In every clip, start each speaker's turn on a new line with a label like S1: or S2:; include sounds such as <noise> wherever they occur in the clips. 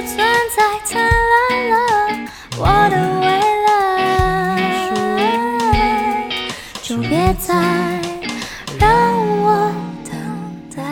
S1: 再灿烂了，我的未来，就别再让我等待。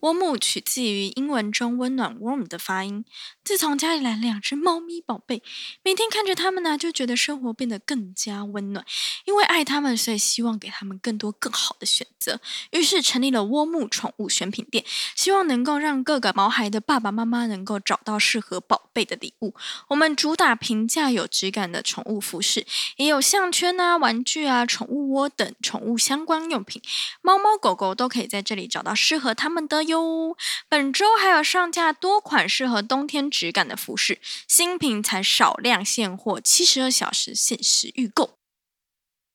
S2: Warm 取自于英文中温暖 warm 的发音。自从家里来了两只猫咪宝贝，每天看着它们呢，就觉得生活变得更加温暖。因为爱它们，所以希望给它们更多更好的选择。于是成立了 Warm 宠物选品店，希望能够让各个毛孩的爸爸妈妈能够找到适合宝贝的礼物。我们主打平价有质感的宠物服饰，也有项圈啊、玩具啊、宠物窝等宠物相关用品。猫猫狗狗都可以在这里找到适合它们的哟。本周还有上架多款适合冬天质感的服饰，新品才少量现货，七十二小时限时预购。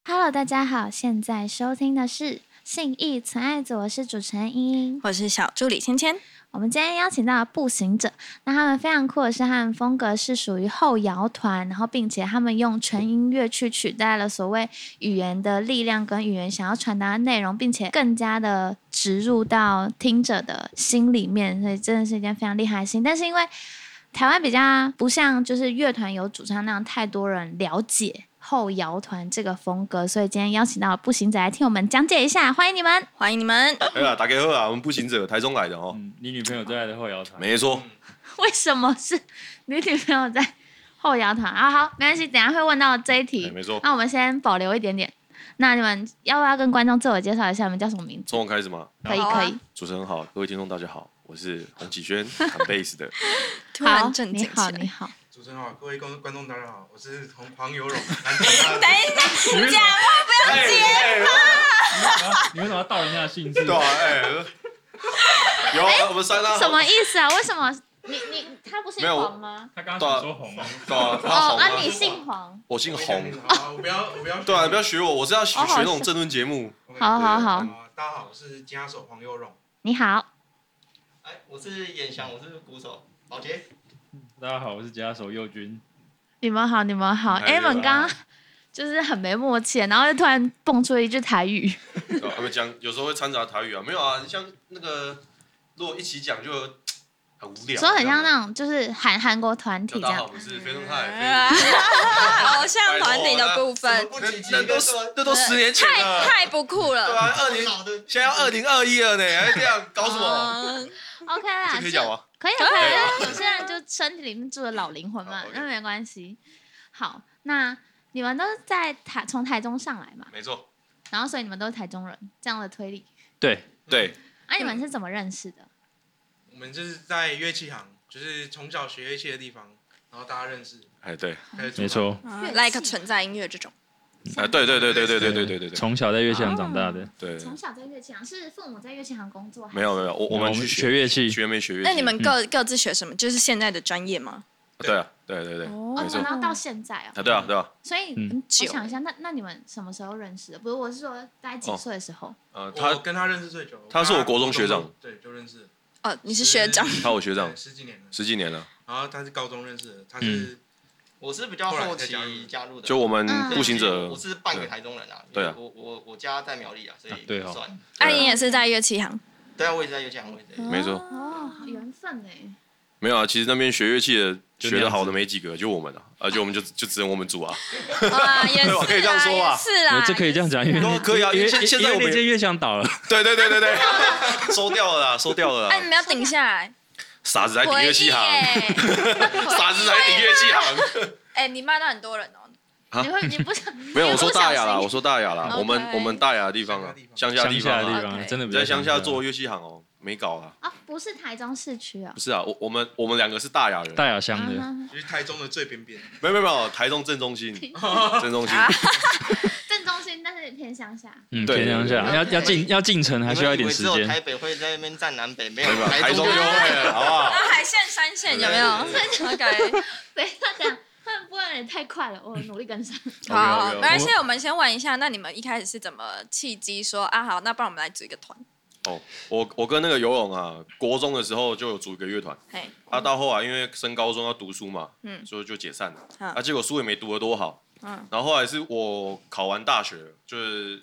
S1: Hello，大家好，现在收听的是《信义存爱组》，我是主持人茵茵。
S2: 我是小助理芊芊，
S1: 我们今天邀请到了步行者，那他们非常酷的是，他们风格是属于后摇团，然后并且他们用纯音乐去取代了所谓语言的力量跟语言想要传达的内容，并且更加的植入到听者的心里面，所以真的是一件非常厉害的事情。但是因为台湾比较不像就是乐团有主唱那样太多人了解后摇团这个风格，所以今天邀请到了步行者来听我们讲解一下，欢迎你们。
S2: 欢迎你们！
S3: 哎呀，打给贺啊，我们步行者台中来的哦，
S4: 嗯，你女朋友最爱的后摇团，
S3: 没错，
S1: <laughs> 为什么是你女朋友在后摇团啊？好，没关系，等一下会问到这一题。
S3: 哎没错
S1: 那我们先保留一点点。那你们要不要跟观众自我介绍一下，你们叫什么名字？
S3: 从我开始吗？
S1: 可以，
S2: 好啊
S1: 可以。
S3: 主持人好，各位听众大家好，我是洪启轩，弹贝斯的。
S2: 突
S1: 好
S2: 然，正
S1: 你
S2: 经起
S1: 好，
S2: 来。
S1: 你好。
S5: 主持人好，各位观观众大家好，我是黄黄有荣。南投大
S2: 一下，你讲
S3: 哎，哎
S4: 你为什么要盗人家的兴致？
S3: 对啊，哎，有啊我们三啊，
S1: 什么意思啊？为什么你你他不姓
S3: 没有
S1: 黄吗？
S4: 他刚刚想说红吗？
S3: 对啊，他
S1: 哦，
S3: 红
S1: 啊，你姓黄。
S3: 我姓洪，
S5: 好，我不要，我不要。
S3: 对啊，你不要学我，我是要学
S1: 哦好
S3: 学那种政论节目，
S5: OK，
S1: 好好好，
S5: 啊大家好，我是吉他手黄有荣。
S1: 你好。
S6: 哎，我是演翔，我是鼓手保洁。
S4: 大家好，我是吉他手佑君。
S1: 你们好，你们好。a
S3: 哎你
S1: m
S3: 们
S1: n 刚刚就是很没默契，然后就突然蹦出了一句台语。
S3: 对啊，我们讲有时候会掺杂台语啊，没有啊，你像那个如果一起讲就很无聊，
S1: 所以很像那种就是韩韩国团体
S3: 大
S1: 这
S3: 家好，
S1: 样。
S3: 我是飞轮海，
S2: 偶像团体的部分，
S5: 不
S3: 那
S5: 积极
S3: 那都
S5: 跟
S3: 是
S5: 什么？
S3: 那都十年前
S2: 太
S3: 了，
S2: 太不酷
S3: 对
S2: 了。
S3: 啊，二零
S6: 老的
S3: 现在要二零二一
S2: <laughs>
S3: 了呢，还这样搞什么？
S2: 嗯
S1: OK 啦，
S3: 这可以讲吗？
S1: 可以啊，可以啊，有些人就身体里面住了老灵魂嘛
S3: 好，，OK
S1: 那没关系。好，那你们都是在台从台中上来嘛，
S3: 没错，
S1: 然后所以你们都是台中人，这样的推理。
S4: 对，
S3: 对，
S1: 啊，你们是怎么认识的？
S5: 我们就是在乐器行，就是从小学乐器的地方，然后大家认识。
S3: 哎对，
S5: 开始组
S4: 没。
S5: 团
S4: 错，
S2: ，like 存在音乐这种，
S3: 哎对对对对对对对对对哦对
S4: 从小在乐器行长大的。
S3: 对，
S1: 从小在乐器行，是父母在乐器行工作？
S3: 没有没有，我我们去
S4: 哦学乐器，
S3: 学没学乐器？
S2: 那你们各各自学什么？就是现在的专业吗？
S3: 对啊对对对，
S2: 哦
S1: 哦，
S3: 没错
S1: 然后到现在哦，
S3: 啊对啊对啊，
S1: 所以
S4: 嗯
S1: 嗯我
S2: 久
S1: 想一下，那那你们什么时候认识的？不是，我是说大概几
S3: 哦
S1: 岁的时候？
S3: 呃
S5: 我
S3: 他
S5: 跟他认识最久，
S3: 他是我
S5: 跟
S3: 国中学长，
S5: 对，就认识了。
S2: 哦，你是学长，
S3: 他我学
S5: 对
S3: 长
S5: 十几年了。
S3: 十几年了，
S5: 然后他是高中认识的，他
S3: 嗯
S5: 是
S6: 我是比较后期
S5: 后来才加入
S6: 加入的，
S3: 就我们
S1: 嗯
S3: 步行者
S6: 我是半个台中人啊，
S3: 对啊
S6: 因为我我我家在苗栗啊，所
S4: 啊
S6: 以
S4: 对哦
S6: 不算。
S2: 阿莹也是在乐器行。
S6: 对啊，我也是在乐江，我也是在
S3: 没错，
S1: 哦，好缘分呢。
S3: 没有啊，其实那边学乐器的
S4: 就
S3: 学
S4: 那样
S3: 的
S4: 子
S3: 好的没几个，就我们啊，而且我们就就只能我们组啊，
S2: <laughs> 啊，也是
S3: 对
S2: 啦，
S3: 吧可以这样说吧
S2: 也是啦，
S4: 这可以这样讲，
S2: 也
S4: 因
S2: 是
S4: 为
S2: 啦
S3: 都可以啊，因为
S4: 因为
S3: 现现在
S4: 因
S3: 我
S4: 为那
S3: 们
S4: 间乐器行倒了，
S3: <laughs> 对对对对
S2: <laughs>
S3: 对，收掉了啦，收掉了
S2: 哎，你
S3: <laughs> 啦，
S2: 们要顶下来，
S3: 傻子才顶
S2: 回
S3: 乐
S2: 忆
S3: 器
S2: 耶
S3: 行，！ <laughs> 傻子才顶乐器行。
S2: <laughs> 哎，你骂到很多人哦，
S3: 啊
S1: 你会你不想
S3: <laughs> 没有，我说大雅啦，
S1: 你不
S3: 我
S1: 小心
S3: 说大雅啦，
S2: OK
S3: 我们我们大雅的地方啊，乡下
S4: 乡
S3: 地方
S4: 下的地
S3: 啊，
S4: 方
S2: OK
S4: 真的比
S3: 你
S4: 较
S3: 在乡下做
S4: 乐。
S3: 乐器行哦，没搞啊，
S1: 哦，不是台中市区哦
S3: 不。是啊，我我们我们两个是大雅人，
S4: 大雅乡
S1: 嗯
S4: 的，
S1: 哼
S5: 就是台中的最边边。
S3: 没有没有没有，台中正中心，正中心，
S1: 正中心，但是偏乡下。
S4: 嗯，
S3: 对
S4: 偏乡下，
S3: 对
S4: 要
S6: 对
S4: 要进要进城还需要一点时
S6: 你们以为只有
S4: 间。
S6: 台北会在那边站南北，没
S3: 没有
S6: 有
S3: 台中
S6: 中
S3: 优惠了，好不好？
S2: 那海线、山线有没
S3: <laughs>
S2: 有？OK，
S1: <laughs> 等一下，等一下，他们播的也太快了，我努力跟
S3: <laughs>
S1: 上。
S2: 好，好
S3: OK，OK，
S2: 没关系
S3: 我，
S2: 我们先问一下，那你们一开始是怎么契机说啊？好，那不然我们来组一个团，
S3: 哦，我我跟那个游泳啊，国中的时候就有组一个乐团，
S2: 嘿，
S3: 啊，到后来因为升高中要读书嘛，
S2: 嗯
S3: 嗯，所以就解散了，
S2: 好
S3: 啊，结果书也没读得多好，
S2: 嗯
S3: 嗯，然后后来是我考完大学，就是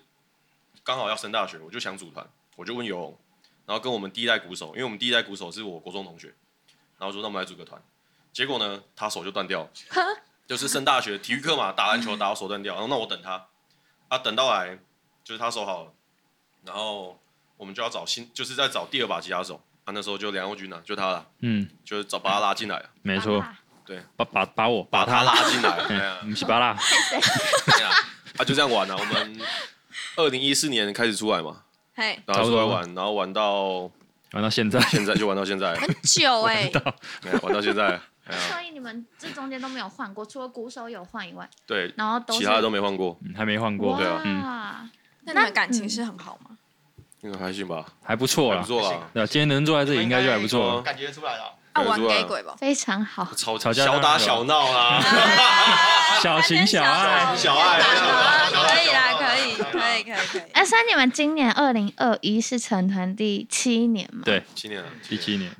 S3: 刚好要升大学，我就想组团，我就问游泳，然后跟我们第一代鼓手，因为我们第一代鼓手是我国中同学，然后说那我们来组个团，结果呢，他手就断 <laughs> 掉了，就是升大学体育课嘛，打篮球打到手断掉，然后那我等他，啊等到来就是他手好了，然后我们就要找新，就是在找第二把吉他手，啊那时候就梁佑军啊，就他了，
S4: 嗯，
S3: 就是找把他拉进来了，
S4: 没错，把把把我
S3: <laughs> 把
S4: 把
S3: 他
S4: 他，
S3: 拉进来，哎呀
S4: 嗯，你是巴拉，
S3: 对啊，啊就这样玩啊，我们二零一四年开始出来嘛，
S2: 嘿，
S3: 然后出来玩，然后玩到
S4: 玩到现在，
S3: 现在就玩到现在，
S2: 很久
S4: <laughs>
S2: 哎、
S3: 哎呀玩到现在，哎呀
S1: <laughs> 所以你们这中间都没有换过，除了鼓手有换以外，
S3: 对，
S1: 然后都是
S3: 其他的都没换过，
S4: 嗯还没换过，
S1: 哇，
S3: 对啊
S2: 那你们感情是很好吗？
S3: 应该还行吧，
S4: 还不错
S3: 还
S4: 啦
S3: 不。错啦，
S4: 对啊，今天能坐在这里应该就还不
S3: 对
S4: 错
S3: 啊
S4: 了。
S6: 感觉出来了。
S2: 啊，
S3: 对
S2: 玩
S3: 是吧
S2: gay 鬼吧。
S1: 非常好。
S3: 吵
S4: 吵架
S3: 小打
S4: 当然有
S3: 小闹啦。
S4: <laughs> 小情小爱
S3: 小爱
S2: 可以啦，可以，可以，可以，可以。
S1: 哎、所以你们今年二零二一是成团第七年嘛？
S4: 对
S3: 七年了，啊
S4: 第七年，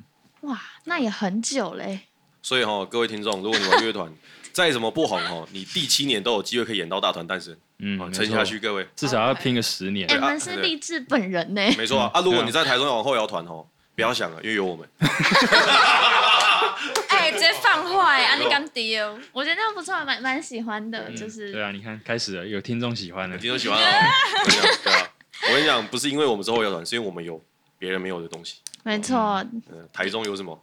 S1: 哇，那也很久嘞。
S3: 所以哈、各位听众，如果你玩乐团，再怎么不红哈、你第七年都有机会可以演到大团诞生，
S4: 嗯，
S3: 啊
S4: 没
S3: 撑
S4: 错
S3: 下去，各位，
S4: 至少要拼个十年
S1: 哎、。
S3: 啊
S1: 你们是
S3: 对
S1: 励志本人呢、
S3: 没错啊。啊，如果你在台中往后摇团哦，不要想了，因为有我们。
S2: 哎，直接放坏啊！你敢丢？
S1: 我觉得这样不错，蛮蛮喜欢的，
S4: 嗯
S1: 就是
S4: 对啊，你看开始了，有听众喜欢了
S3: 你，听众喜欢啊？我跟你讲对啊，我跟你讲，不是因为我们之后摇团，是因为我们有别人没有的东西。
S1: 没错。
S3: 嗯，台中有什么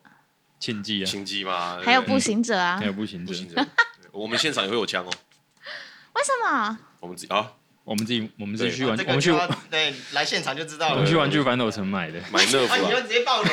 S4: 庆忌啊，
S3: 心机吗？
S1: 还有
S3: 对
S1: 步行者啊
S4: 还？有步行
S3: 不
S4: 者，
S3: 行对我们现场也会有枪哦，
S1: 为什么？
S3: 我们自己啊
S4: 我们自己我们自己
S3: 对
S4: 去玩，
S6: 啊这个
S4: 我们去
S6: 就要
S4: 我
S6: 对来现场就知道了。
S4: 们去玩具反斗城买的，
S3: 买乐
S6: 啊，
S3: 福
S6: 你就
S3: 啊，
S6: 直接爆雷，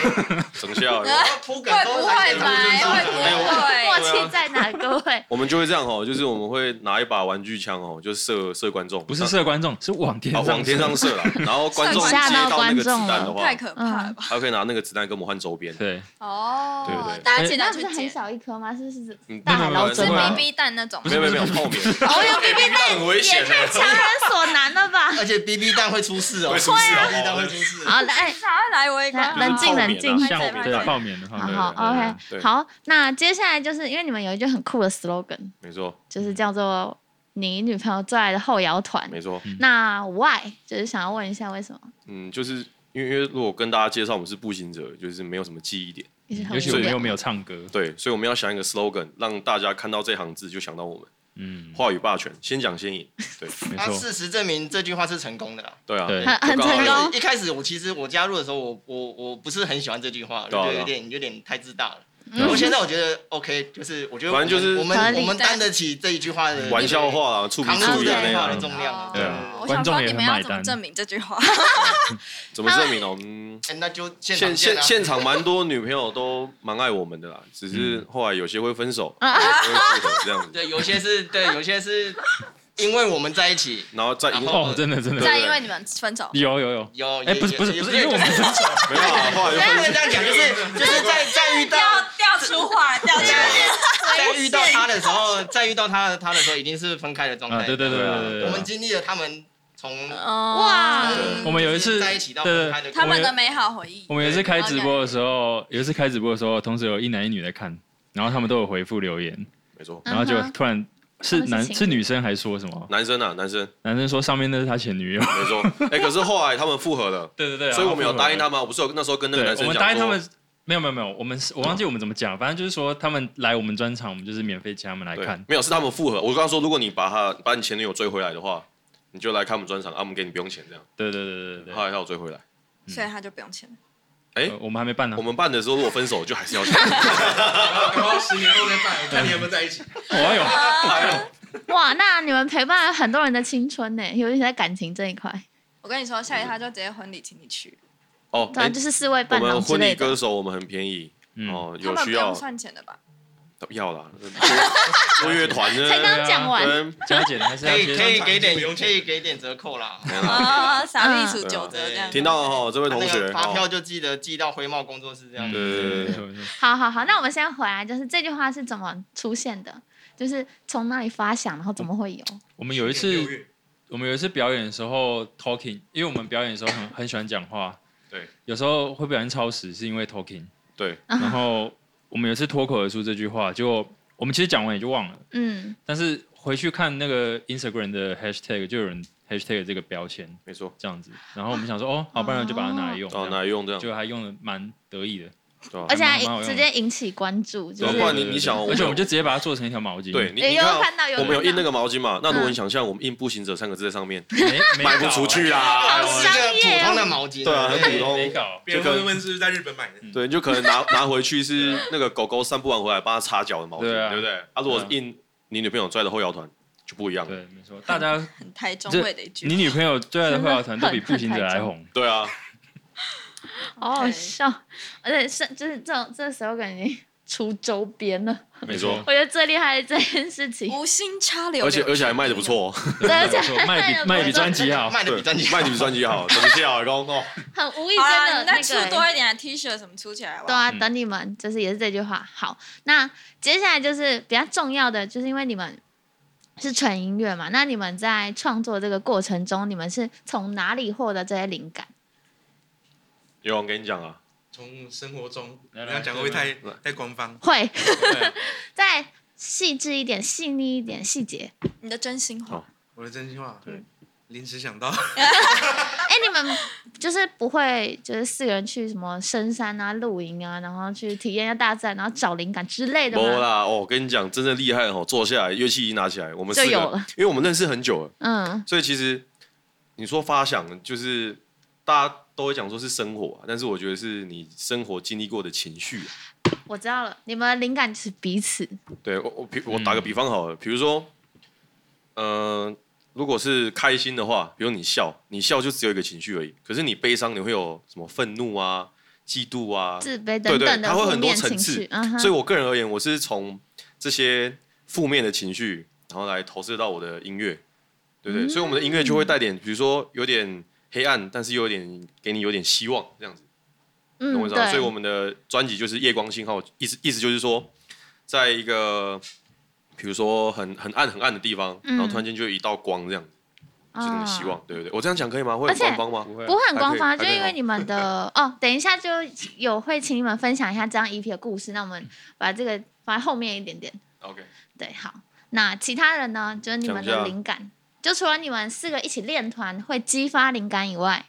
S3: 整下来。
S6: 铺梗
S2: 会
S6: 都
S2: 不会
S6: 来给你！
S2: 买？会不
S3: 啊
S1: 默
S2: 会？
S1: 契在哪？各 <laughs> 位，
S3: 我们就会这样哦，就是我们会拿一把玩具枪哦，就是射射观众，
S4: 不是射观众，是往天
S3: 啊，
S4: 上
S3: 往天上射了，然后观众接
S1: 吓到
S3: 那
S1: 观
S3: 个子
S1: 众
S3: 弹
S1: 了
S3: 的话
S2: 太，可怕了吧！
S3: 他可以拿那个子弹跟我们换周边。
S4: 对，
S2: 哦，
S3: 对对对
S2: 大家记
S1: 哎那
S2: 得
S1: 不
S2: 去
S1: 是很
S2: 捡，
S1: 小一颗吗？是不是？ <laughs>
S3: 嗯
S1: 大海
S3: 没有没有
S1: 捞针
S3: 没有
S1: 吗
S2: 是 BB 弹那种吗
S3: 没有没有没有泡棉，
S2: 哦，有
S3: BB 弹很危险
S1: 也
S3: 的，
S1: 太强人所难了吧
S6: 而且 BB 弹会出事哦，
S3: 会出事哦
S2: 啊
S6: ，BB 弹会出事。
S1: 好，来，
S2: 啥来我一个
S1: 来冷静冷静。
S2: 拍
S4: 像
S2: 谁
S4: 我
S2: 拍
S4: 对
S2: 谁
S4: 泡棉的话，对
S1: 哦好好
S4: 对
S1: ，OK，
S3: 啊对
S1: 好。那接下来就是因为你们有一句很酷的 slogan，
S3: 没错
S1: 就是叫做“你女朋友最爱的后摇团
S3: 嗯没错，”。
S1: 那 why 就是想要问一下为什么？
S3: 嗯，就是因为因为如果跟大家介绍我们是步行者，就是没有什么记忆点，
S1: 也是很
S4: 尤其
S1: 无
S4: 我们
S1: 聊
S4: 又没有唱歌，
S3: 对，所以我们要想一个 slogan，让大家看到这行字就想到我们，
S4: 嗯，
S3: 话语霸权，先讲先赢，
S4: <laughs>
S3: 对
S4: 没
S6: 那
S4: 错，
S6: 事实证明这句话是成功的啦。
S3: 对啊，
S1: <laughs>
S4: 对
S1: 很很
S3: 就刚好
S1: 成功。
S6: 一开始我其实我加入的时候，我我我不是很喜欢这句话，我
S3: 对啊
S6: 觉得
S3: 对啊
S6: 有点有点太自大了。
S4: 嗯
S6: 我现在我觉得 OK，就是我觉得我
S3: 反正
S6: 们
S3: 就是
S6: 我
S1: 合
S6: 们
S1: 理
S6: 我们担得起这一句话的
S3: 玩笑，话啊，触鼻
S6: 扛
S3: 触
S6: 住这
S3: 眼那
S6: 句话
S3: 样
S6: 的
S3: 啊，
S6: 重量。
S4: 对
S6: 对
S4: 啊
S2: 我
S4: 观
S2: 想
S4: 众
S2: 说
S4: 也
S2: 你
S4: 很
S2: 们要
S4: 买
S2: 怎么
S4: 单
S2: 证明这句话？
S3: 怎么证明呢？我们
S6: 哎那就 <laughs> 现
S3: 现
S6: 场见
S3: 现
S6: 啊！
S3: 现场蛮多女朋友都蛮爱我们的啦，只
S4: 嗯
S3: 是后来有些会分手，
S1: 啊
S3: 有些会复合这样子，
S6: 对，有些是对，有些是 <laughs> 因为我们在一起，
S3: 然后再赢 <laughs>
S6: 然后
S4: 哦，真的真的
S2: 再因为你们分手，
S4: 有有有，
S6: 有
S4: 哎，
S6: 也
S4: 不是不是
S6: 哦也
S4: 不是，因
S6: 也
S4: 为我们是
S3: 没有啊，后来就分
S6: 不 <laughs> 能
S3: 手
S6: 这。样讲，就是就是在在遇到
S2: 掉出话，掉出
S6: 在遇到他的时候，在遇到他他的时候，已经是分开的状
S4: 啊，
S6: 态。
S4: 对对对对对对
S6: 我
S4: 对
S6: 们。经历了他们从
S2: 哇
S3: 对
S4: 我们有一次
S6: 在一起到
S4: 对对
S6: 分开的过
S2: 哦他
S6: 程，
S2: 们的美好回忆
S4: 我。们有一次开直播的时候，有一次开直播的时候，同时有一男一女在看，然后他们都有回复留言，
S3: 没错，
S1: 嗯
S4: 然后就
S1: 哼
S4: 突然是
S1: 他们是
S4: 男
S1: 情侣
S4: 是女生还说什么，
S3: 男生啊，男生，
S4: 男生说上面那是他前女友，
S3: 没错。哎，可是后来他们复合了，
S4: 对对对啊
S3: 所以我们有答应他，们，我不是有那时候跟那个
S4: 对
S3: 男，
S4: 我
S3: 生
S4: 们
S3: 讲
S4: 答应他
S3: 说
S4: 们，没有没有没有，我们是我忘记我们怎么讲，反正就是说他们来我们专场，我们就是免费请他们来
S3: 对
S4: 看，
S3: 没有是他们复合。我刚刚说，如果你把他把你前女友追回来的话，你就来看我们专场，啊，我们给你不用钱这样。
S4: 对对对对对
S3: 后来他有追回来，
S2: 所以他就不用钱了。
S4: 对，呃我们还没办呢
S3: 我，们办的时候如果分手就还是要钱。
S5: 然后十年后再办，看你有没有在一起。
S4: 我有，
S1: 哇，那你们陪伴了很多人的青春呢，尤其是在感情这一块，
S2: 我跟你说，下一他就直接婚礼请你去，
S3: 哦，
S1: 对啊，
S3: 哎
S1: 就是四位
S3: 我
S1: 伴郎
S3: 们
S1: 之
S3: 婚
S1: 类
S3: 礼
S1: 的
S3: 歌。手我们很便宜
S4: 嗯，
S3: 哦，
S2: 他
S3: 有
S2: 们不
S3: 需要呃
S2: 用算钱的吧？
S3: 要啦，多乐团呢，
S1: 才刚讲完，
S3: 跟
S4: 加减还是
S6: 可
S4: 要
S6: 以可
S4: 先
S6: 以给点可以给点折扣啦。
S2: 啊，啥
S1: 嗯
S2: 避暑九折这样。
S3: 听到了哈，这位
S6: 那
S3: 同
S6: 个
S3: 学，
S6: 发票
S3: 哦
S6: 就记得寄到灰帽工作室这样
S4: 嗯
S6: 子。
S3: 对对
S4: 没
S3: 对
S4: 错没错
S1: 好好好，那我们先回来，就是这句话是怎么出现的？就是从哪里发想，然后怎么会有？
S4: 我们有一次我们有一次表演的时候 talking，因为我们表演的时候很很喜欢讲话，
S3: 对，
S4: 有时候会不小心超时是因为 talking，
S3: 对，
S1: 啊
S4: 然后我们有一次脱口而出这句话，就我们其实讲完也就忘了，
S1: 嗯，
S4: 但是回去看那个 Instagram 的 hashtag 就有人 hashtag 这个标签
S3: 没错，
S4: 这样子，然后我们想说哦，好，不然就把它拿来用，
S3: 哦，
S4: 这样
S3: 拿来用这样，
S4: 就还用的蛮得意的，
S3: 对吧啊
S1: 而且还
S4: 还蛮好用的
S1: 直接引起关注，就
S3: 对
S1: 是
S3: 不然
S4: 对
S3: 你
S4: 对
S3: 你想哦，
S4: 对
S3: 我
S4: 而且
S3: 们
S4: 我们就直接把它做成一条毛巾，
S3: 对你
S1: 也
S3: 你
S1: 有
S3: 看哦
S1: 看到有
S3: 我们有
S1: 人
S3: 印那个毛巾嘛？那如果
S1: 嗯
S3: 你想象我们印“步行者”三个字在上面，
S4: 没，没
S3: 卖不
S4: 搞
S3: 出去
S4: 啊，
S3: 啦
S1: 好。
S6: 是
S1: 商
S6: 这个
S1: 业
S6: 普通
S1: 哦
S6: 的毛巾，
S3: 对啊很普通
S4: 没搞。
S5: 别人会问是不是在日本买的，
S3: 对，你就可能 <laughs> 拿拿回去是那个狗狗散步完回来帮它擦脚的毛巾，
S4: 对啊
S3: 对不对？啊，如果是印你女朋友拽的后摇团就不一样了。
S4: 对，没错，大家，
S2: 很台中
S4: 这
S2: 味的一句话。
S4: 你女朋友最爱的会话团都比步行者还红，
S3: 对啊，
S1: 好好笑，而且是就是这种这时候感觉出周边了。 <laughs>
S3: 没错，
S1: 我觉得最厉害的这件事情，
S2: 无心插柳柳，
S3: 而且而且还卖的不错哦，
S1: 而且
S4: 没错卖得比卖得比专辑好，
S6: 卖的比专辑好
S3: 卖的比专辑好，真的是好，刚刚
S1: 很无意
S2: 好
S1: 间
S2: 啦
S1: 的
S2: 你再
S1: 那
S2: 出
S1: 个欸。
S2: 多一点的 T 恤什么出起来好不
S1: 对
S2: 好？
S1: 啊，
S4: 嗯
S1: 等你们就是也是这句话。好，那接下来就是比较重要的，就是因为你们是纯音乐嘛，那你们在创作这个过程中，你们是从哪里获得这些灵感？
S3: 有我跟你讲啊，
S5: 从生活中，
S4: 来
S5: 人
S4: 来
S5: 家讲会不会太
S3: 对吧
S5: 太官方，
S1: 会
S5: 对啊
S1: 再细致一点、细腻一点、细节。
S2: 你的真心话
S3: 好，
S5: 我的真心话，对，临时想到，
S1: 哎、你们就是不会就是四个人去什么深山啊、露营啊，然后去体验一下大自然，然后找灵感之类的
S3: 没
S1: 吗？
S3: 啦，哦，我跟你讲，真正厉害哦，坐下来乐器一拿起来，我们四
S1: 就
S3: 个
S1: 有了，
S3: 因为我们认识很久了，
S1: 嗯，
S3: 所以其实你说发想，就是大家都会讲说是生活啊，但是我觉得是你生活经历过的情绪啊。
S1: 我知道了，你们的灵感是彼此，
S3: 对我我比我
S4: 嗯
S3: 打个比方好了，比如说，呃，如果是开心的话，比如你笑，你笑就只有一个情绪而已。可是你悲伤，你会有什么愤怒啊、嫉妒啊，
S1: 自卑
S3: 对
S1: 等
S3: 对
S1: 等的
S3: 它会
S1: 负
S3: 很多
S1: 面
S3: 层
S1: 情
S3: 次
S1: 绪，嗯哼，
S3: 所以我个人而言，我是从这些负面的情绪，然后来投射到我的音乐，对不对？所以我们的音乐就会带点，比如说有点黑暗，但是又有点给你有点希望这样子。懂
S1: 嗯，
S3: 我意思吗？
S1: 对，
S3: 所以我们的专辑就是夜光信号，意思意思就是说，在一个比如说很很暗很暗的地方，
S1: 嗯啊
S3: 然后突然间就有一道光这样，就是那个希望，对不对？我这样讲可以吗？会
S1: 而
S3: 很
S1: 且
S3: 官方吗？
S4: 不会
S1: 不会很官
S3: 还
S1: 方，
S3: 可
S1: 就
S3: 以
S1: 因为你们的哦，等一下就有会请你们分享一下这张 EP 的故事，那我们把这个放在后面一点点。
S3: OK，
S1: 对，好，那其他人呢？就是你们
S3: 讲一
S1: 的
S3: 下
S1: 灵感，就除了你们四个一起练团会激发灵感以外，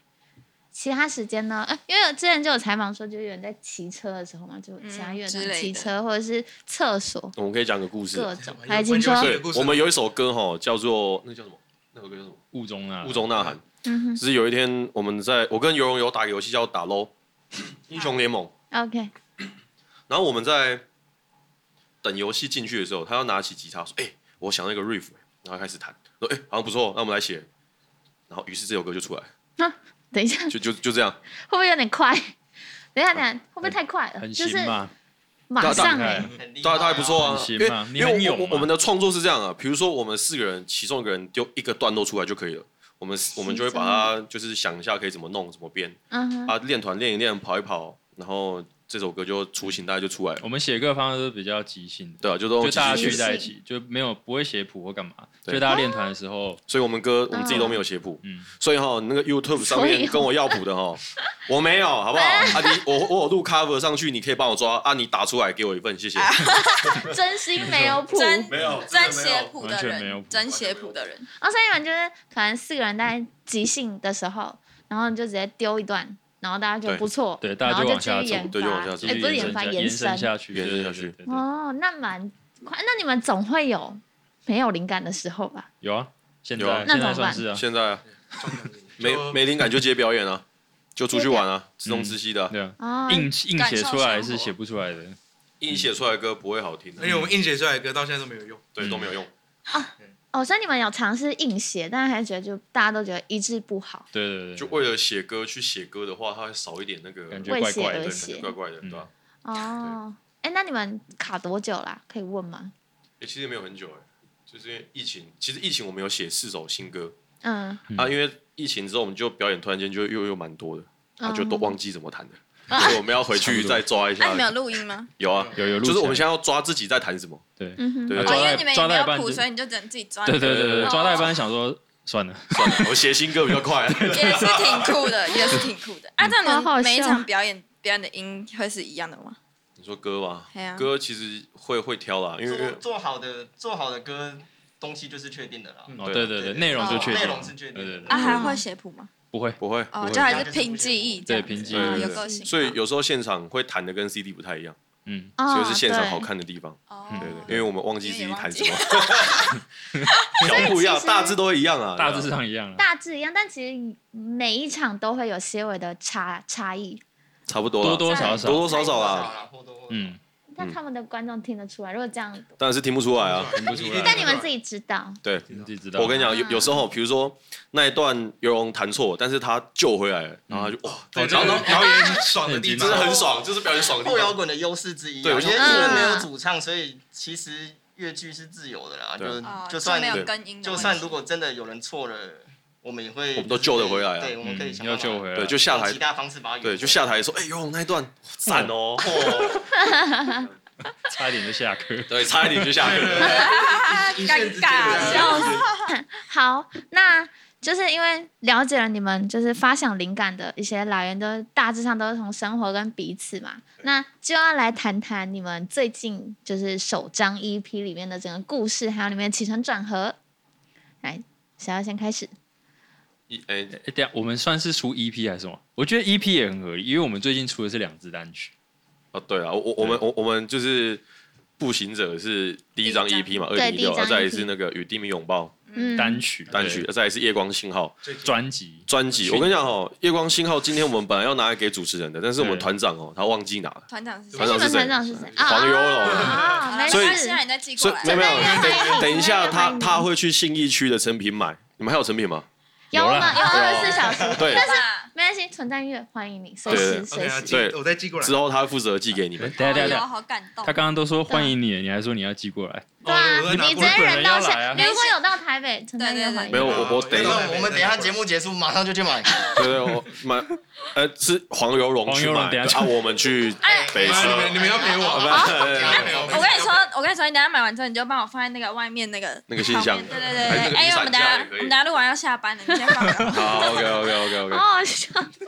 S1: 其他时间呢？呃，因为我之前就有采访说，就有人在骑车的时候嘛，就其他
S2: 嗯
S1: 乐
S2: 之
S1: 团
S2: 类
S1: 骑
S2: 的
S1: 车或者是厕所
S3: 我们可以讲个故事。
S1: 各种
S5: 我，
S1: 还
S5: 有
S1: 请
S5: 朋友
S1: 说，
S5: 是
S3: 对，我们有一首歌哈，叫做那叫什么？那首歌叫什么？
S4: 雾中啊，
S3: 雾中呐喊。
S1: 嗯
S3: 就是有一天我们在我跟游泳有打个游戏叫打 LO 英雄联盟，
S1: 哼，OK，
S3: 然后我们在等游戏进去的时候，他要拿起吉他说：“哎、我想那个 riff。”然后开始弹，说：“哎、好像不错，那我们来写。”然后于是这首歌就出来，
S1: 等一下，会
S3: 就就就这
S4: <laughs>
S3: 样。
S1: 不会有点快？等一下，等一下，会不会太快了？
S4: 很
S1: 就
S4: 行
S1: 是
S4: 嘛，
S1: 马
S3: 大大
S1: 上
S4: 开
S1: 哎、
S6: 很厉害
S3: 当
S6: 啊
S3: 然他还不错啊，
S4: 很
S3: 因
S4: 行
S3: 为
S4: 嘛
S3: 因
S4: 你
S3: 为
S4: 很
S3: 我
S4: 勇
S3: 我
S4: 嘛
S3: 我们的创作是这样啊，比如说我们四个人，其中一个人丢一个段落出来就可以了，我们我们就会把它就是想一下可以怎么弄怎么编
S1: 嗯哼，
S3: 啊，练团练一练，跑一跑，然后这首歌就雏形大概就出来了。
S4: 我们写歌的方式都是比较即兴的，
S3: 对啊，就都
S4: 就大家
S1: 即兴
S4: 聚在一起，就没有不会写谱或干嘛，
S3: 对
S4: 就大家练团的时候，
S3: 所以我们歌我们自己都没有写谱，
S4: 嗯，
S3: 所以哈，那个 YouTube 上
S1: 所以哦
S3: 面跟我要谱
S1: <laughs>
S3: 的哈，我没有，好不好？啊，你我我有录 cover 上去，你可以帮我抓啊，你打出来给我一份，谢谢。
S1: 啊真心没有谱，
S2: 真
S3: 没有真的没
S2: 真
S3: 有
S2: 写谱的
S4: 完全没有
S2: 人
S4: 谱，
S2: 真写谱的人，
S1: 哦，所以你们就是可能四个人在即兴的时候，然后你就直接丢一段，然后大家就
S3: 对
S1: 不错，
S4: 对大
S1: 然
S4: 家
S1: 后
S4: 就
S1: 就
S4: 往
S1: 继
S4: 下
S1: 续
S4: 走
S1: 研发，
S3: 对就往下走
S1: 哎、不是研发，
S4: 下延
S1: 伸
S4: 伸。下去，
S3: 延伸下去
S4: 对，对对对对
S1: 哦，那蛮快，那你们总会有没有灵感的时候吧？
S4: 有啊，现
S3: 有啊
S4: 在
S1: 那
S4: 现
S1: 怎么
S4: 在
S1: 办
S4: 算是
S3: <laughs>
S4: 啊，
S3: 现在啊
S5: 中奖的
S3: 没
S5: 就
S3: 没灵感就接表演啊，就出去玩啊，自动自吸的啊，
S4: 对啊，
S1: 哦，
S4: 硬硬
S2: 感
S4: 写
S2: 受
S4: 出来
S2: 生活
S4: 是写不出来的，
S3: 硬写出来的歌不会好听的
S4: 哎
S5: 而且，我们硬写出来的歌到现在都没有用，
S3: 对，都没有用。
S4: 嗯
S1: 哦，所以你们有尝试硬写，但是还觉得就大家都觉得一致不好，
S4: 对对对，
S3: 就为了写歌去写歌的话，它会少一点那个
S4: 感觉嗯
S1: 为
S4: 怪
S1: 写
S4: 怪
S1: 而
S4: 的
S1: 写
S3: 怪怪的，对吧？
S1: 哦。哎、那你们卡多久啦？可以问吗？
S3: 诶，其实没有很久哎，就是因为疫情，其实疫情我们有写四首新歌
S1: 嗯，
S3: 啊，因为疫情之后我们就表演突然间就又又蛮多的，啊，就都忘记怎么弹的，所以我们要回去再抓一
S2: 那哎你们。
S3: 下
S2: 有录音吗？
S3: 有啊，
S4: 嗯有有录起
S3: 就
S4: 来，
S3: 是我们现在要抓自己在弹什么，
S4: 对
S1: 嗯哼，
S3: 对
S4: 啊
S2: 哦，
S4: 抓
S2: 因
S4: 到
S2: 为
S4: 一
S2: 你们也
S4: 抓到
S2: 没
S4: 一
S2: 有
S4: 半
S2: 谱，
S4: 就
S2: 所以你就只能自己抓。
S4: 对对对对，
S2: 哦
S4: 对抓到一半想说算了，
S3: 算了，我写新歌比较快。 <laughs>
S2: 也是挺酷的，也是挺酷的。啊，这
S1: 好
S2: 样
S1: 好
S2: 你每一
S1: 笑
S2: 场表演表演的音会是一样的吗？
S3: 你说歌吗
S2: 对啊？
S3: 歌其实会会挑啦，因为因
S6: 做
S3: 为
S6: 做好的做好的歌东西就是确定的啦，
S4: 哦
S3: 对
S4: 对对对，
S6: 对
S4: 内容就确定，
S6: 内容是确定的
S4: 对对对
S2: 啊，还会写谱吗？
S4: 不会，
S3: 不会，
S7: 哦，
S3: 不
S7: 就
S3: 会
S7: 还是凭记忆这样子，
S4: 对凭记
S3: 忆
S7: 哦
S3: 对
S7: 有
S3: 对
S7: 个性，
S2: 啊
S3: 所以有时候现场会弹的跟 CD 不太一样，
S4: 嗯，
S1: 哦
S3: 所以是现场
S1: 对
S3: 好看的地方。
S7: 哦
S4: 嗯
S3: 对对，因为我们忘记
S7: 因为也
S3: CD 弹
S7: 忘
S3: 什
S7: 记
S3: 么，小不一样，大致都会一样啊。
S4: 大致
S3: 对啊
S4: 上一样了，
S1: 大致一样，但其实每一场都会有些微的差差异。
S3: 差不多啦
S4: 多多少少
S3: 多，多少啊少啦，
S6: 啦，或多或少
S4: 嗯，
S1: 但他们的观众听得出来，如果这样，
S3: 当然是听不出来啊。
S5: 听
S4: 不出来
S1: 但你们自己知道，
S3: 对，
S4: 你自己知道。
S3: 我跟你讲，有
S1: 啊
S3: 有时候，比如说那一段游泳弹错，但是他救回来了，然后他就哇，哦
S5: 对，
S3: 然
S5: 哦然
S3: 后
S5: 后
S3: 然后
S5: 表演很爽的地
S3: 真
S5: 方
S3: 的，很爽，就是表演爽的地
S6: 后摇
S3: 方。
S6: 滚的优势之一、啊。
S3: 对我
S6: 因
S3: 觉
S6: 为
S3: 得
S6: 艺人没有
S1: 嗯
S6: 主唱，所以其实越剧是自由的啦。
S3: 对
S6: 就
S7: 哦
S6: 就算
S7: 没有跟音的
S6: 就
S7: 问
S6: 算
S7: 题
S6: 如果真的有人错了，我们也会
S3: 我们都救得回来啊
S6: 对，我们可以想
S4: 要
S6: 办法
S4: 救回来，
S3: 对，就下
S6: 用
S3: 台
S6: 其，他方式把它圆
S3: 对，
S6: 回
S3: 就
S6: 来
S3: 下台说，哎，游泳那一段赞哦，
S4: 差一点就下课。
S3: <laughs> 对，差一点就下课了。
S1: 啊
S5: 一线之间
S7: 尴尬笑
S5: 的。
S1: 好，那就是因为了解了你们就是发想灵感的一些来源，都大致上都是从生活跟彼此嘛。那就要来谈谈你们最近就是首张 EP 里面的整个故事，还有里面的起承转合。来，谁要先开始？
S3: 一哎，
S4: 哎，等一下我们算是出 EP 还是什么？我觉得 EP 也很合理，因为我们最近出的是两支单曲，
S3: 哦，对啊，我我我们我我们就是步行者是第一张 EP 嘛，二
S1: 对
S3: 零一
S1: 第一
S3: 六，
S1: 张
S3: 然后
S1: EP
S3: 再一次那个与地名拥抱
S1: 嗯，
S4: 单曲
S3: 单曲，
S4: 对
S3: 再一次夜光信号
S5: 最近
S4: 专辑，
S3: 专辑。
S4: 去
S3: 我跟你讲哦，夜光信号今天我们本来要拿来给主持人的，但是我们
S4: 对
S3: 团长哦，他忘记拿了，
S7: 团长是谁
S3: 团
S1: 你
S3: 长
S1: 们
S3: 是
S1: 团
S3: 谁？
S1: 长是谁？啊
S3: 黄
S1: 啊
S3: 优
S1: 啊
S7: 好
S1: 啊
S7: 那
S1: 没
S3: 所以
S7: 那现
S1: 事
S7: 在。你再寄过
S3: 所以
S7: 来，
S3: 没有没有
S1: 真的要欢迎，
S3: 等等一下
S1: 真的要
S3: 他
S1: 欢迎
S3: 他会去信义区的成品买，你们还有成品吗？
S1: 有我
S4: 有
S1: 们
S4: 啦
S1: 有二
S3: 啊
S1: 十四小时，
S3: 对
S1: 但是
S7: 是
S1: 没关系，存在月欢迎你，随
S3: 对
S1: 时
S3: 对
S1: 随
S5: OK，啊
S1: 时。
S3: 对
S5: 对，我再寄过来。
S3: 之后他会负责寄给你
S4: 哎等
S3: 们
S4: 一。下等一下等一下，
S7: 好感动
S4: 他，刚刚都说欢迎你，你还说你要寄过来，
S1: 对啊
S5: 哦，我
S1: 你
S5: 拿
S1: 直
S5: 过来
S1: 接
S4: 本
S1: 人
S4: 人
S1: 到
S4: 要来啊
S1: 现，如果有到台北，存在月欢
S7: 对对对
S1: 迎。
S3: 没有，我我
S5: 哦
S3: 等一
S5: 有
S3: 下
S5: 道理
S6: <laughs> 那我们等一下节目结束，马上就去买。
S3: 对对，我买，呃，是黄油龙
S4: 黄
S3: 去
S4: 油龙
S3: 买，
S4: 等一下
S3: 啊，我们去
S7: 哎
S3: 北
S5: 妈你们
S3: 车
S5: 你们要陪我
S3: 啊不
S5: 啊，
S3: 是
S5: 要陪我
S7: 我跟你说，我跟你说，你等一下买完之后，你就帮我放在那个外面那个
S3: 那个信箱
S7: 旁边对对对
S3: 哎那
S7: 对
S3: 个
S7: 对，哎，因为
S3: 雨伞
S7: 我们等一
S3: 架
S7: 下
S3: 也可
S7: 我
S3: 以
S7: 们等一下录完要下班了，你先放
S3: <laughs>
S7: 着。
S3: 好，OK OK OK OK。
S1: 好好笑。 <laughs>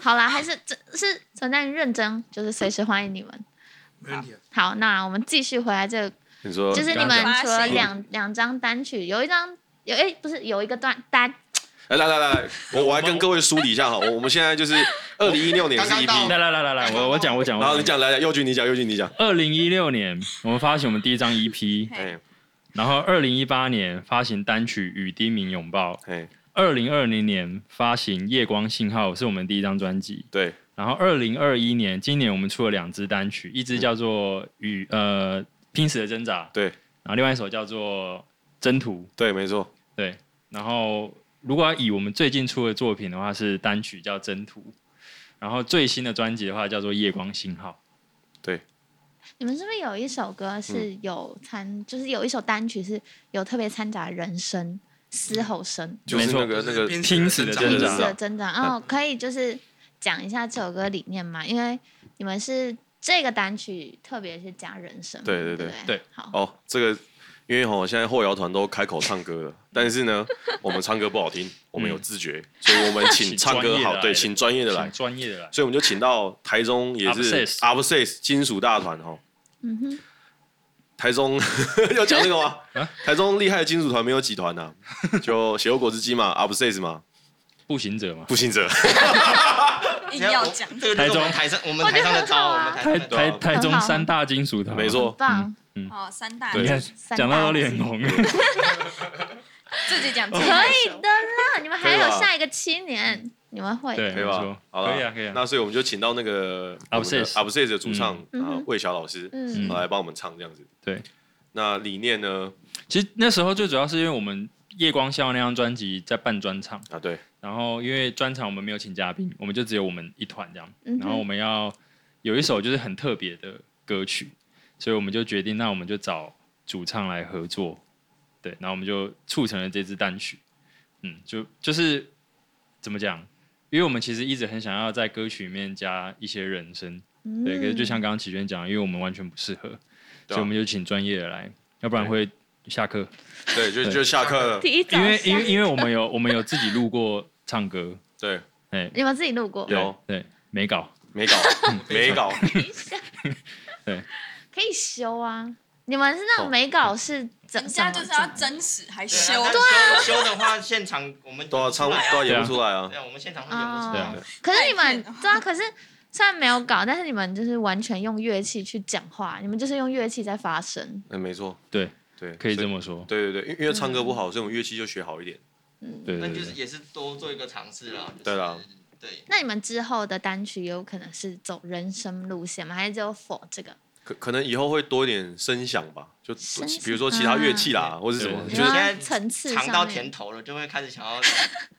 S1: 好啦，还是这是存在认真，就是随时欢迎你们。
S5: 没问题啊。
S1: 好，那我们继续回来这个，
S3: 哦你说
S1: 就是你
S4: 刚
S1: 们
S7: 刚讲
S1: 除了
S7: 发行
S1: 两两张单曲，有一张有哎、不是有一个段单
S3: 来来来来来，我我来跟各位梳理一下哈，我我们现在就是二零一六年是
S6: 刚刚到
S3: EP，
S4: 来来来来来，我我讲我讲，
S3: 然后你。讲来来，佑君你讲，佑君你讲，
S4: 二零一六年，我们发行我们第一张 EP，
S3: 哎
S4: 然后二零一八年发行单曲《与低鸣拥抱》，
S3: 哎，
S4: 二零二零年发行《夜光信号》是我们第一张专辑，
S3: 对，
S4: 然后二零二一年，今年我们出了两支单曲，一支叫做《与呃拼死的挣扎》，
S3: 嗯对
S4: 然后另外一首叫做《征途
S3: 对，没错，》，
S4: 对。然后如果要以我们最近出的作品的话，是单曲叫《征途》，然后最新的专辑的话叫做《夜光信号
S1: 你们是不是有一首歌是有参，就是有一首单曲是有特别掺杂人声、嘶吼声、
S3: 就是那个那个
S5: 拼
S4: 拼死的
S5: 挣
S4: 挣
S1: 彼
S4: 扎
S1: 此的增长？哦，可以就是讲一下这首歌理念嘛，因为你们是这个单曲特别是加人声嘛，
S3: 对对
S1: 对
S3: 对
S1: 不
S4: 对，
S1: 好，
S3: 哦，这个因为吼现在后摇团都开口唱歌了，但是呢，我们唱歌不好听，我们有自觉，所以我
S4: <laughs>
S3: 们请
S4: 嗯请
S3: 唱歌
S4: 专业的
S3: 好，
S4: 来
S3: 对，请专业》，的来
S4: 请，专业的来。
S3: 所以我们就请到台中也是
S4: Upset
S3: a b s e s 金属大团哦，
S1: 嗯哼，
S3: 台中 <laughs> 要讲这个吗
S4: <laughs> 啊？
S3: 台中厉害的金属团没有几团呐、就血肉果汁机嘛 a b s e s 嘛，
S4: 步行者嘛，
S3: 步行
S4: <laughs>
S3: 者，
S7: 硬要讲，
S6: 这个就是我们台上我们台上
S1: 哦
S6: 的招，我们
S1: 啊
S6: 台上
S4: 台
S6: 的招
S4: 台台中
S1: 很好
S4: 三大金属团，
S3: 没错
S1: 很棒，
S7: 哦，三大
S3: 对
S4: 你看
S1: 三大
S4: 讲到都脸红了。
S7: 自己讲自
S1: 可
S7: 己害
S1: 以
S7: 羞
S1: 的啦，你们还
S3: 可以
S1: 有
S3: 吧
S1: 下一个七年，你们会
S4: 对，
S3: 可以
S4: 嗯没错
S3: 吧？好了，
S4: 可以啊，可以啊。
S3: 那所以我们就请到那个
S4: Upset
S3: a b s e s 的主唱
S1: 嗯
S3: 啊魏晓老师
S1: 嗯
S3: 来帮我们唱这样子。
S4: 对，
S3: 那理念呢？
S4: 其实那时候最主要是因为我们夜光笑那张专辑在办专场，
S3: 啊，对，
S4: 然后因为专场我们没有请嘉宾，我们就只有我们一团这样，
S1: 嗯哼
S4: 然后我们要有一首就是很特别的歌曲，所以我们就决定，那我们就找主唱来合作，对，然后我们就促成了这支单曲，嗯，就就是怎么讲？因为我们其实一直很想要在歌曲里面加一些人声，对，可是就
S1: 嗯
S4: 像刚刚启轩讲的，因为我们完全不适合，
S3: 啊
S4: 所以我们就请专业的来，要不然会下课。
S3: 对，就
S4: 对
S3: 就下课了。
S1: 第一早
S4: 因为因为
S1: 上
S4: 因为我们有我们有自己录过唱歌，
S3: 对，
S4: 哎，
S1: 你们自己录过，
S3: 有
S4: 对没 <laughs> 搞，
S3: 没搞，没搞，
S1: 可以修啊，你们是那种
S3: 哦
S1: 没稿是怎
S7: 人家就是要真实还
S6: 对
S7: 修
S6: 啊，但修修的话，现场我们
S3: 对啊，
S6: 演
S3: 唱
S6: 不出来
S3: 对啊，演
S4: 对
S3: 不
S4: 啊
S3: 出来啊
S6: 对。啊，我们现场会演不出
S1: 啊
S6: 来。
S4: 对啊
S1: 可是你
S7: 太
S1: 们
S7: 骗了 <laughs>
S1: 对啊，可是虽然没有稿，但是你们就是完全用乐器去讲话，你们就是用乐器在发声。
S3: 嗯，没错，
S4: 对，
S3: 对，
S4: 可以这
S3: 所。
S4: 么说。
S3: 对对对，因因为唱歌不好，所以我们乐器就学好一点。
S4: 对
S6: 那
S4: 对
S6: 就是
S4: 对，
S6: 也是多做一个尝试啦。就是
S3: 对啦，
S6: 对，
S1: 那你们之后的单曲有可能是走人声路线吗？还是只有否这个？
S3: 可可能以后会多一点声响吧，就
S1: 声响嗯
S3: 比如说其他乐器啦，
S6: 啊
S3: 或是什么，
S4: 对
S1: 你
S3: 就是
S1: 们
S6: 现在
S1: 层次
S6: 尝
S1: 上
S6: 到
S1: 面
S6: 甜头了，就会开始想要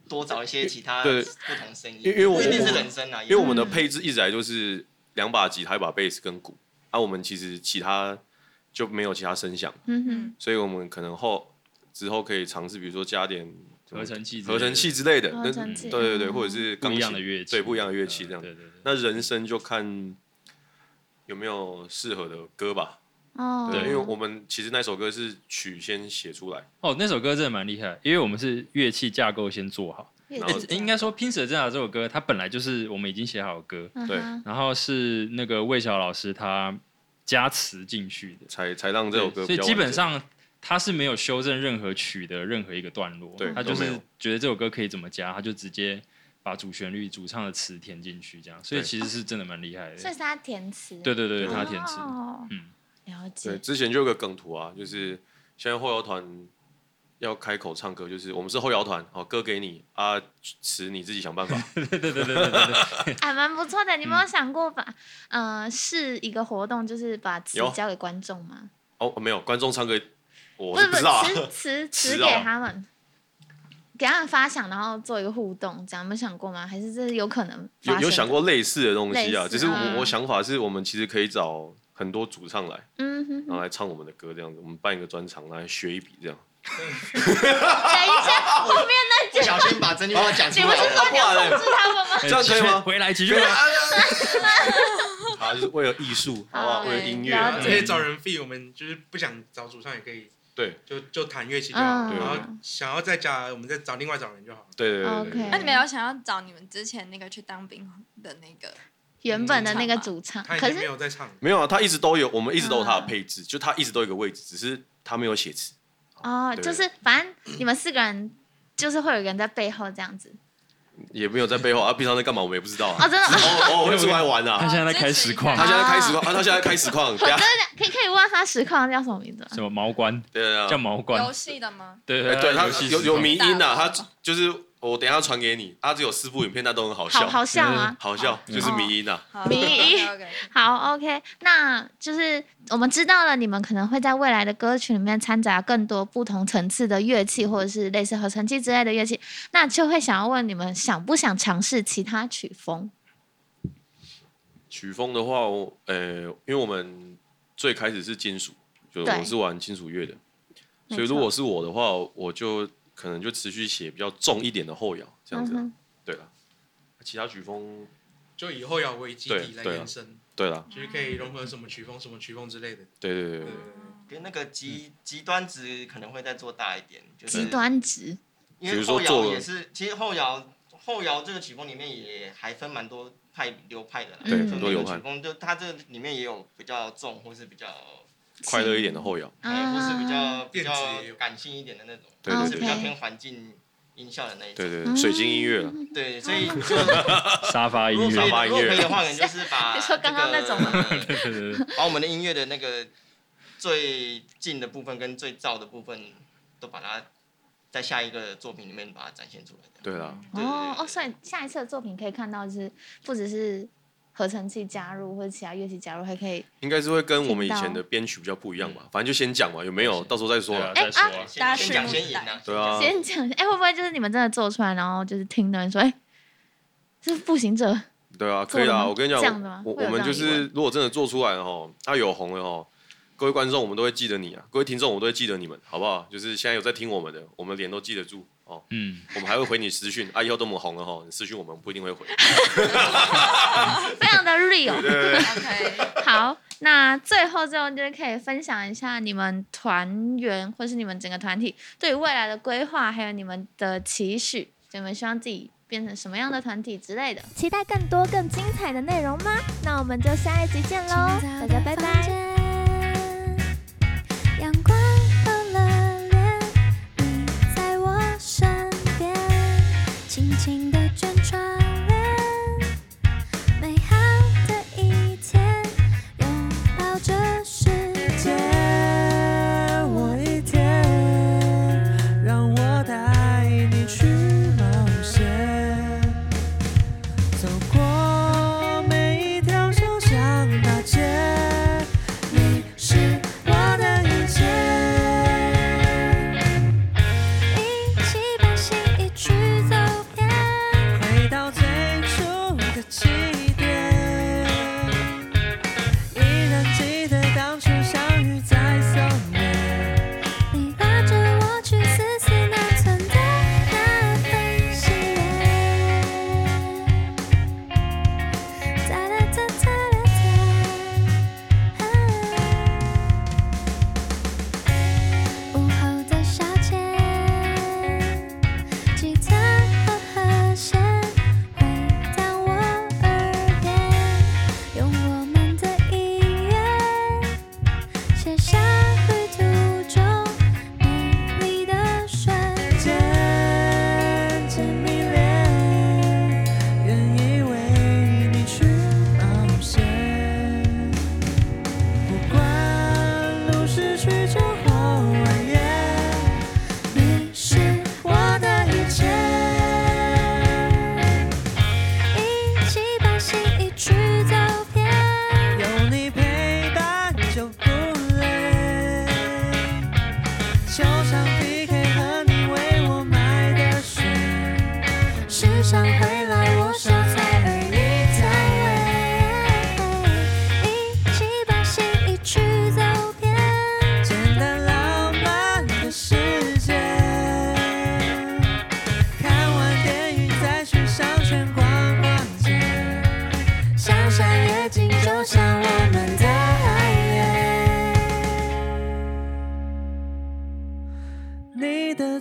S6: 多找一些其他
S3: 对
S6: 不同声音，
S3: 因为我
S6: 不一定
S3: 我
S6: 是人声啊，
S4: 嗯
S3: 因为我们的配置一直来就是两把吉他、一把贝斯跟鼓，啊，我们其实其他就没有其他声响，
S1: 嗯哼，
S3: 所以我们可能后之后可以尝试，比如说加点
S4: 合成器之类的，
S3: 合成器之类的，
S1: 合
S3: 那
S1: 成
S3: 对
S1: 器
S3: 对对，
S1: 嗯
S3: 或者是
S4: 不
S3: 钢
S4: 一
S3: 琴
S4: 样的乐器，
S3: 对不一样的乐器这样。
S4: 对对对。
S3: 那人声就看有没有适合的歌吧，
S1: 哦，
S3: 对，因为我们其实那首歌是曲先写出来，
S4: 哦，那首歌真的蛮厉害，因为我们是乐器架构先做好。
S1: 乐
S3: 然
S1: 器
S3: 后
S1: 这
S4: 应
S1: 样
S4: 该说《拼死的挣扎》这首歌，它本来就是我们已经写好的歌，
S1: 嗯
S3: 对
S1: 哼
S4: 然后是那个魏晓老师他加词进去的，
S3: 才才让这首歌
S4: 所
S3: 比
S4: 以
S3: 较完整。
S4: 基本上他是没有修正任何曲的任何一个段落，
S3: 对
S4: 他就
S3: 都没
S4: 是
S3: 有
S4: 觉得这首歌可以怎么加，他就直接把主旋律、主唱的词填进去，这样，所以
S3: 对
S4: 其实是真的蛮厉害
S1: 所以
S4: 的。
S1: 是他填词，
S4: 对对对，对他填词，
S1: 哦
S4: 嗯，
S1: 了
S3: 对，
S1: 解，
S3: 之前就有个梗图啊，就是现在后摇团要开口唱歌，就是我们是后摇团，好歌给你啊，词你自己想
S1: <laughs>
S3: 办法。
S1: 还蛮不错的。你有
S3: 嗯
S1: 没有想过把呃是一个活动，就是把词
S3: 有
S1: 交给观众吗？
S3: 哦，没有，观众唱歌我
S1: 不
S3: 是
S1: 是
S3: 不
S1: 不
S3: 知
S1: 是
S3: 道啊。
S1: 词词
S3: 词
S1: 词
S3: 哦
S1: 给他们，给他们发想，然后做一个互动，这样有没有想过吗？还是这是有可能发
S3: 有有
S1: 生
S3: 想
S1: 的？
S3: 过类似的东西
S1: 类
S3: 啊，
S1: 似
S3: 只是我
S1: 嗯
S3: 我想法是我们其实可以找很多主唱来，
S1: 嗯哼
S3: 然后来唱我们的歌这样子，我们办一个专场来学一笔这样。
S1: 等一下，后面
S6: 不小心把真句话讲
S1: <laughs>
S6: 出
S1: 你
S6: 来
S1: 不是
S6: 了。
S1: 说你要控制他们吗？
S4: 这
S3: 这样可以吗
S4: 回来，继续吧。
S3: 啊，就是为了艺术，好不好？
S1: 对
S3: 为了音乐
S1: 哎了
S3: 啊，
S5: 这些找人 fee，我们就是不想找主唱也可以，
S3: 对
S5: 就就弹乐器就好了。
S1: 嗯
S5: 然后
S3: 啊
S5: 想要再加，我们再找另外找人就好了。
S3: 对对对对
S1: OK
S3: 对。
S7: 那你们有想要找你们之前那个去当兵的那个？
S1: 原本的那
S3: 嗯
S1: 个主唱，
S5: 他已
S1: 可
S5: 经没
S1: 是
S5: 有在唱了，
S3: 没有啊，他一直都有，我们一直都有他的
S1: 嗯
S3: 配置，就他一直都有一个位置，只是他没有写词。
S1: 哦，
S3: 对
S1: 就是反正你们四个人。就是会有一个人在背后这样子
S3: 也没有在背后啊，平常在干嘛我们也不知道
S1: 哦，
S3: 啊。
S1: 真的，哦
S3: 哦哦，我会出来玩
S4: 他
S3: 啊。
S4: 现在在开实况
S3: 他，现
S1: <laughs>
S3: 在开实况啊，他现在开实况，等下，
S1: 可以可以问他实况叫什么名字
S4: 什
S1: 吗？
S4: 么毛官
S3: 对对
S4: 叫
S3: 对
S4: 毛官
S7: 游，戏的吗？
S4: 嗯对
S3: 哎，对他
S4: 游戏实
S3: 有有
S4: 况
S3: 迷音的，
S7: 大佬
S3: 他就是我等一下传给你，啊他只有四部影片，但都很好
S1: 好
S3: 笑，
S1: 好笑吗？
S3: 好笑，就是迷音啊的。
S7: 好
S1: 迷因
S7: OK，OK，OK
S6: 嗯
S1: 好，OK，那就是我们知道了，你们可能会在未来的歌曲里面掺杂更多不同层次的乐器，或者是类似合成器之类的乐器，那就会想要问你们想不想尝试其他曲风？
S3: 曲风的话，我呃，因为我们最开始是金属，就
S1: 对
S3: 我是玩金属乐的，
S1: 没
S3: 所以
S1: 错
S3: 如果是我的话，我就可能就持续写比较重一点的后摇这样子啊。
S1: 嗯
S3: 对了，其他曲风，
S5: 就以后要为基地
S3: 对
S5: 来
S3: 对啊
S5: 延伸，
S3: 对了，
S5: 就是可以融合什么曲风、什么曲风之类的。
S3: 对对对对
S5: 对
S3: 对
S2: 嗯
S5: 对对
S6: 跟那个极极端值可能会再做大一点，就是
S1: 极端值，
S6: 因
S3: 比
S6: 为
S3: 如说
S6: 后
S3: 做
S6: 摇
S3: 了
S6: 也是，其实后摇后摇这个曲风里面也还分蛮多派流派的啦，
S1: 对
S6: 就是
S1: 很
S3: 多
S6: 每个
S3: 流派
S6: 曲风就它这里面也有比较重或是比较，
S1: 啊
S3: 快乐一点的后摇，
S6: 哎或是比较比
S5: 电子也有
S6: 较感性一点的那种，
S3: 对
S6: 或
S3: 对
S6: 是
S3: 对
S6: 比较
S3: 对
S1: 哦 OK 嗯
S6: 偏环境音效的那一种。
S3: 对对，水晶音乐了。
S6: 对，所以
S1: 哦
S6: 就
S4: 沙发音
S6: 如果可以
S3: 沙，
S4: 乐
S3: 发音
S6: 如果
S3: 乐
S6: 可以的话，可能就是
S1: <laughs>
S6: 把
S1: 你说刚刚那种吗
S6: 这个
S4: 对对对对
S6: 把我们的音乐的那个最近的部分跟最燥的部分，都把它在下一个作品里面把它展现出来的。
S3: 对啦，
S6: 对
S1: 哦哦，所以下一次的作品可以看到，就是不只是合成器加入或者其他乐器加入，还可以
S3: 应该是会跟我们以前的编曲比较不一样吧。反正就先讲嘛，有没有
S4: 是
S3: 到时候再说
S4: 对啊，
S3: 啦。
S4: 再说啊，
S6: 先先讲先赢
S7: 大
S6: 啊，
S3: 对啊，
S1: 先讲一下，哎、会不会就是你们真的做出来，然后就是听的人说，哎、是步行者，
S3: 对啊，
S1: 做
S3: 可以
S1: 了
S3: 啦。
S1: 吗
S3: 我跟你
S1: 这样的
S3: 讲
S1: 吗，
S3: 我
S1: 会有
S3: 我们
S1: 这样
S3: 就
S1: 的疑
S3: 是
S1: 问
S3: 如果真的做出来了哦，它有红了哦，各位观众我们都会记得你啊，各位听众我们都会记得你们，好不好？就是现在有在听我们的，我们脸都记得住哦。
S4: 嗯，
S3: 我们还会回你私讯啊，以后都我们红了哈，你私讯我们不一定会回。
S1: 非常的 real。
S7: <laughs> OK，
S1: 好，那最后最后就是可以分享一下你们团员或是你们整个团体对未来的规划，还有你们的期许，就你们希望自己变成什么样的团体之类的。
S8: 期待更多更精彩的内容吗？那我们就下一集见喽，大家拜拜。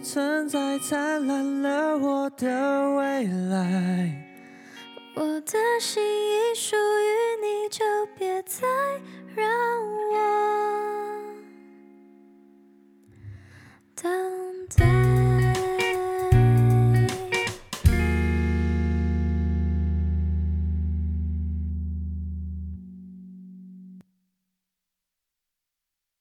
S9: 存在灿烂了我的未来。
S8: 我的心已属于你，就别再让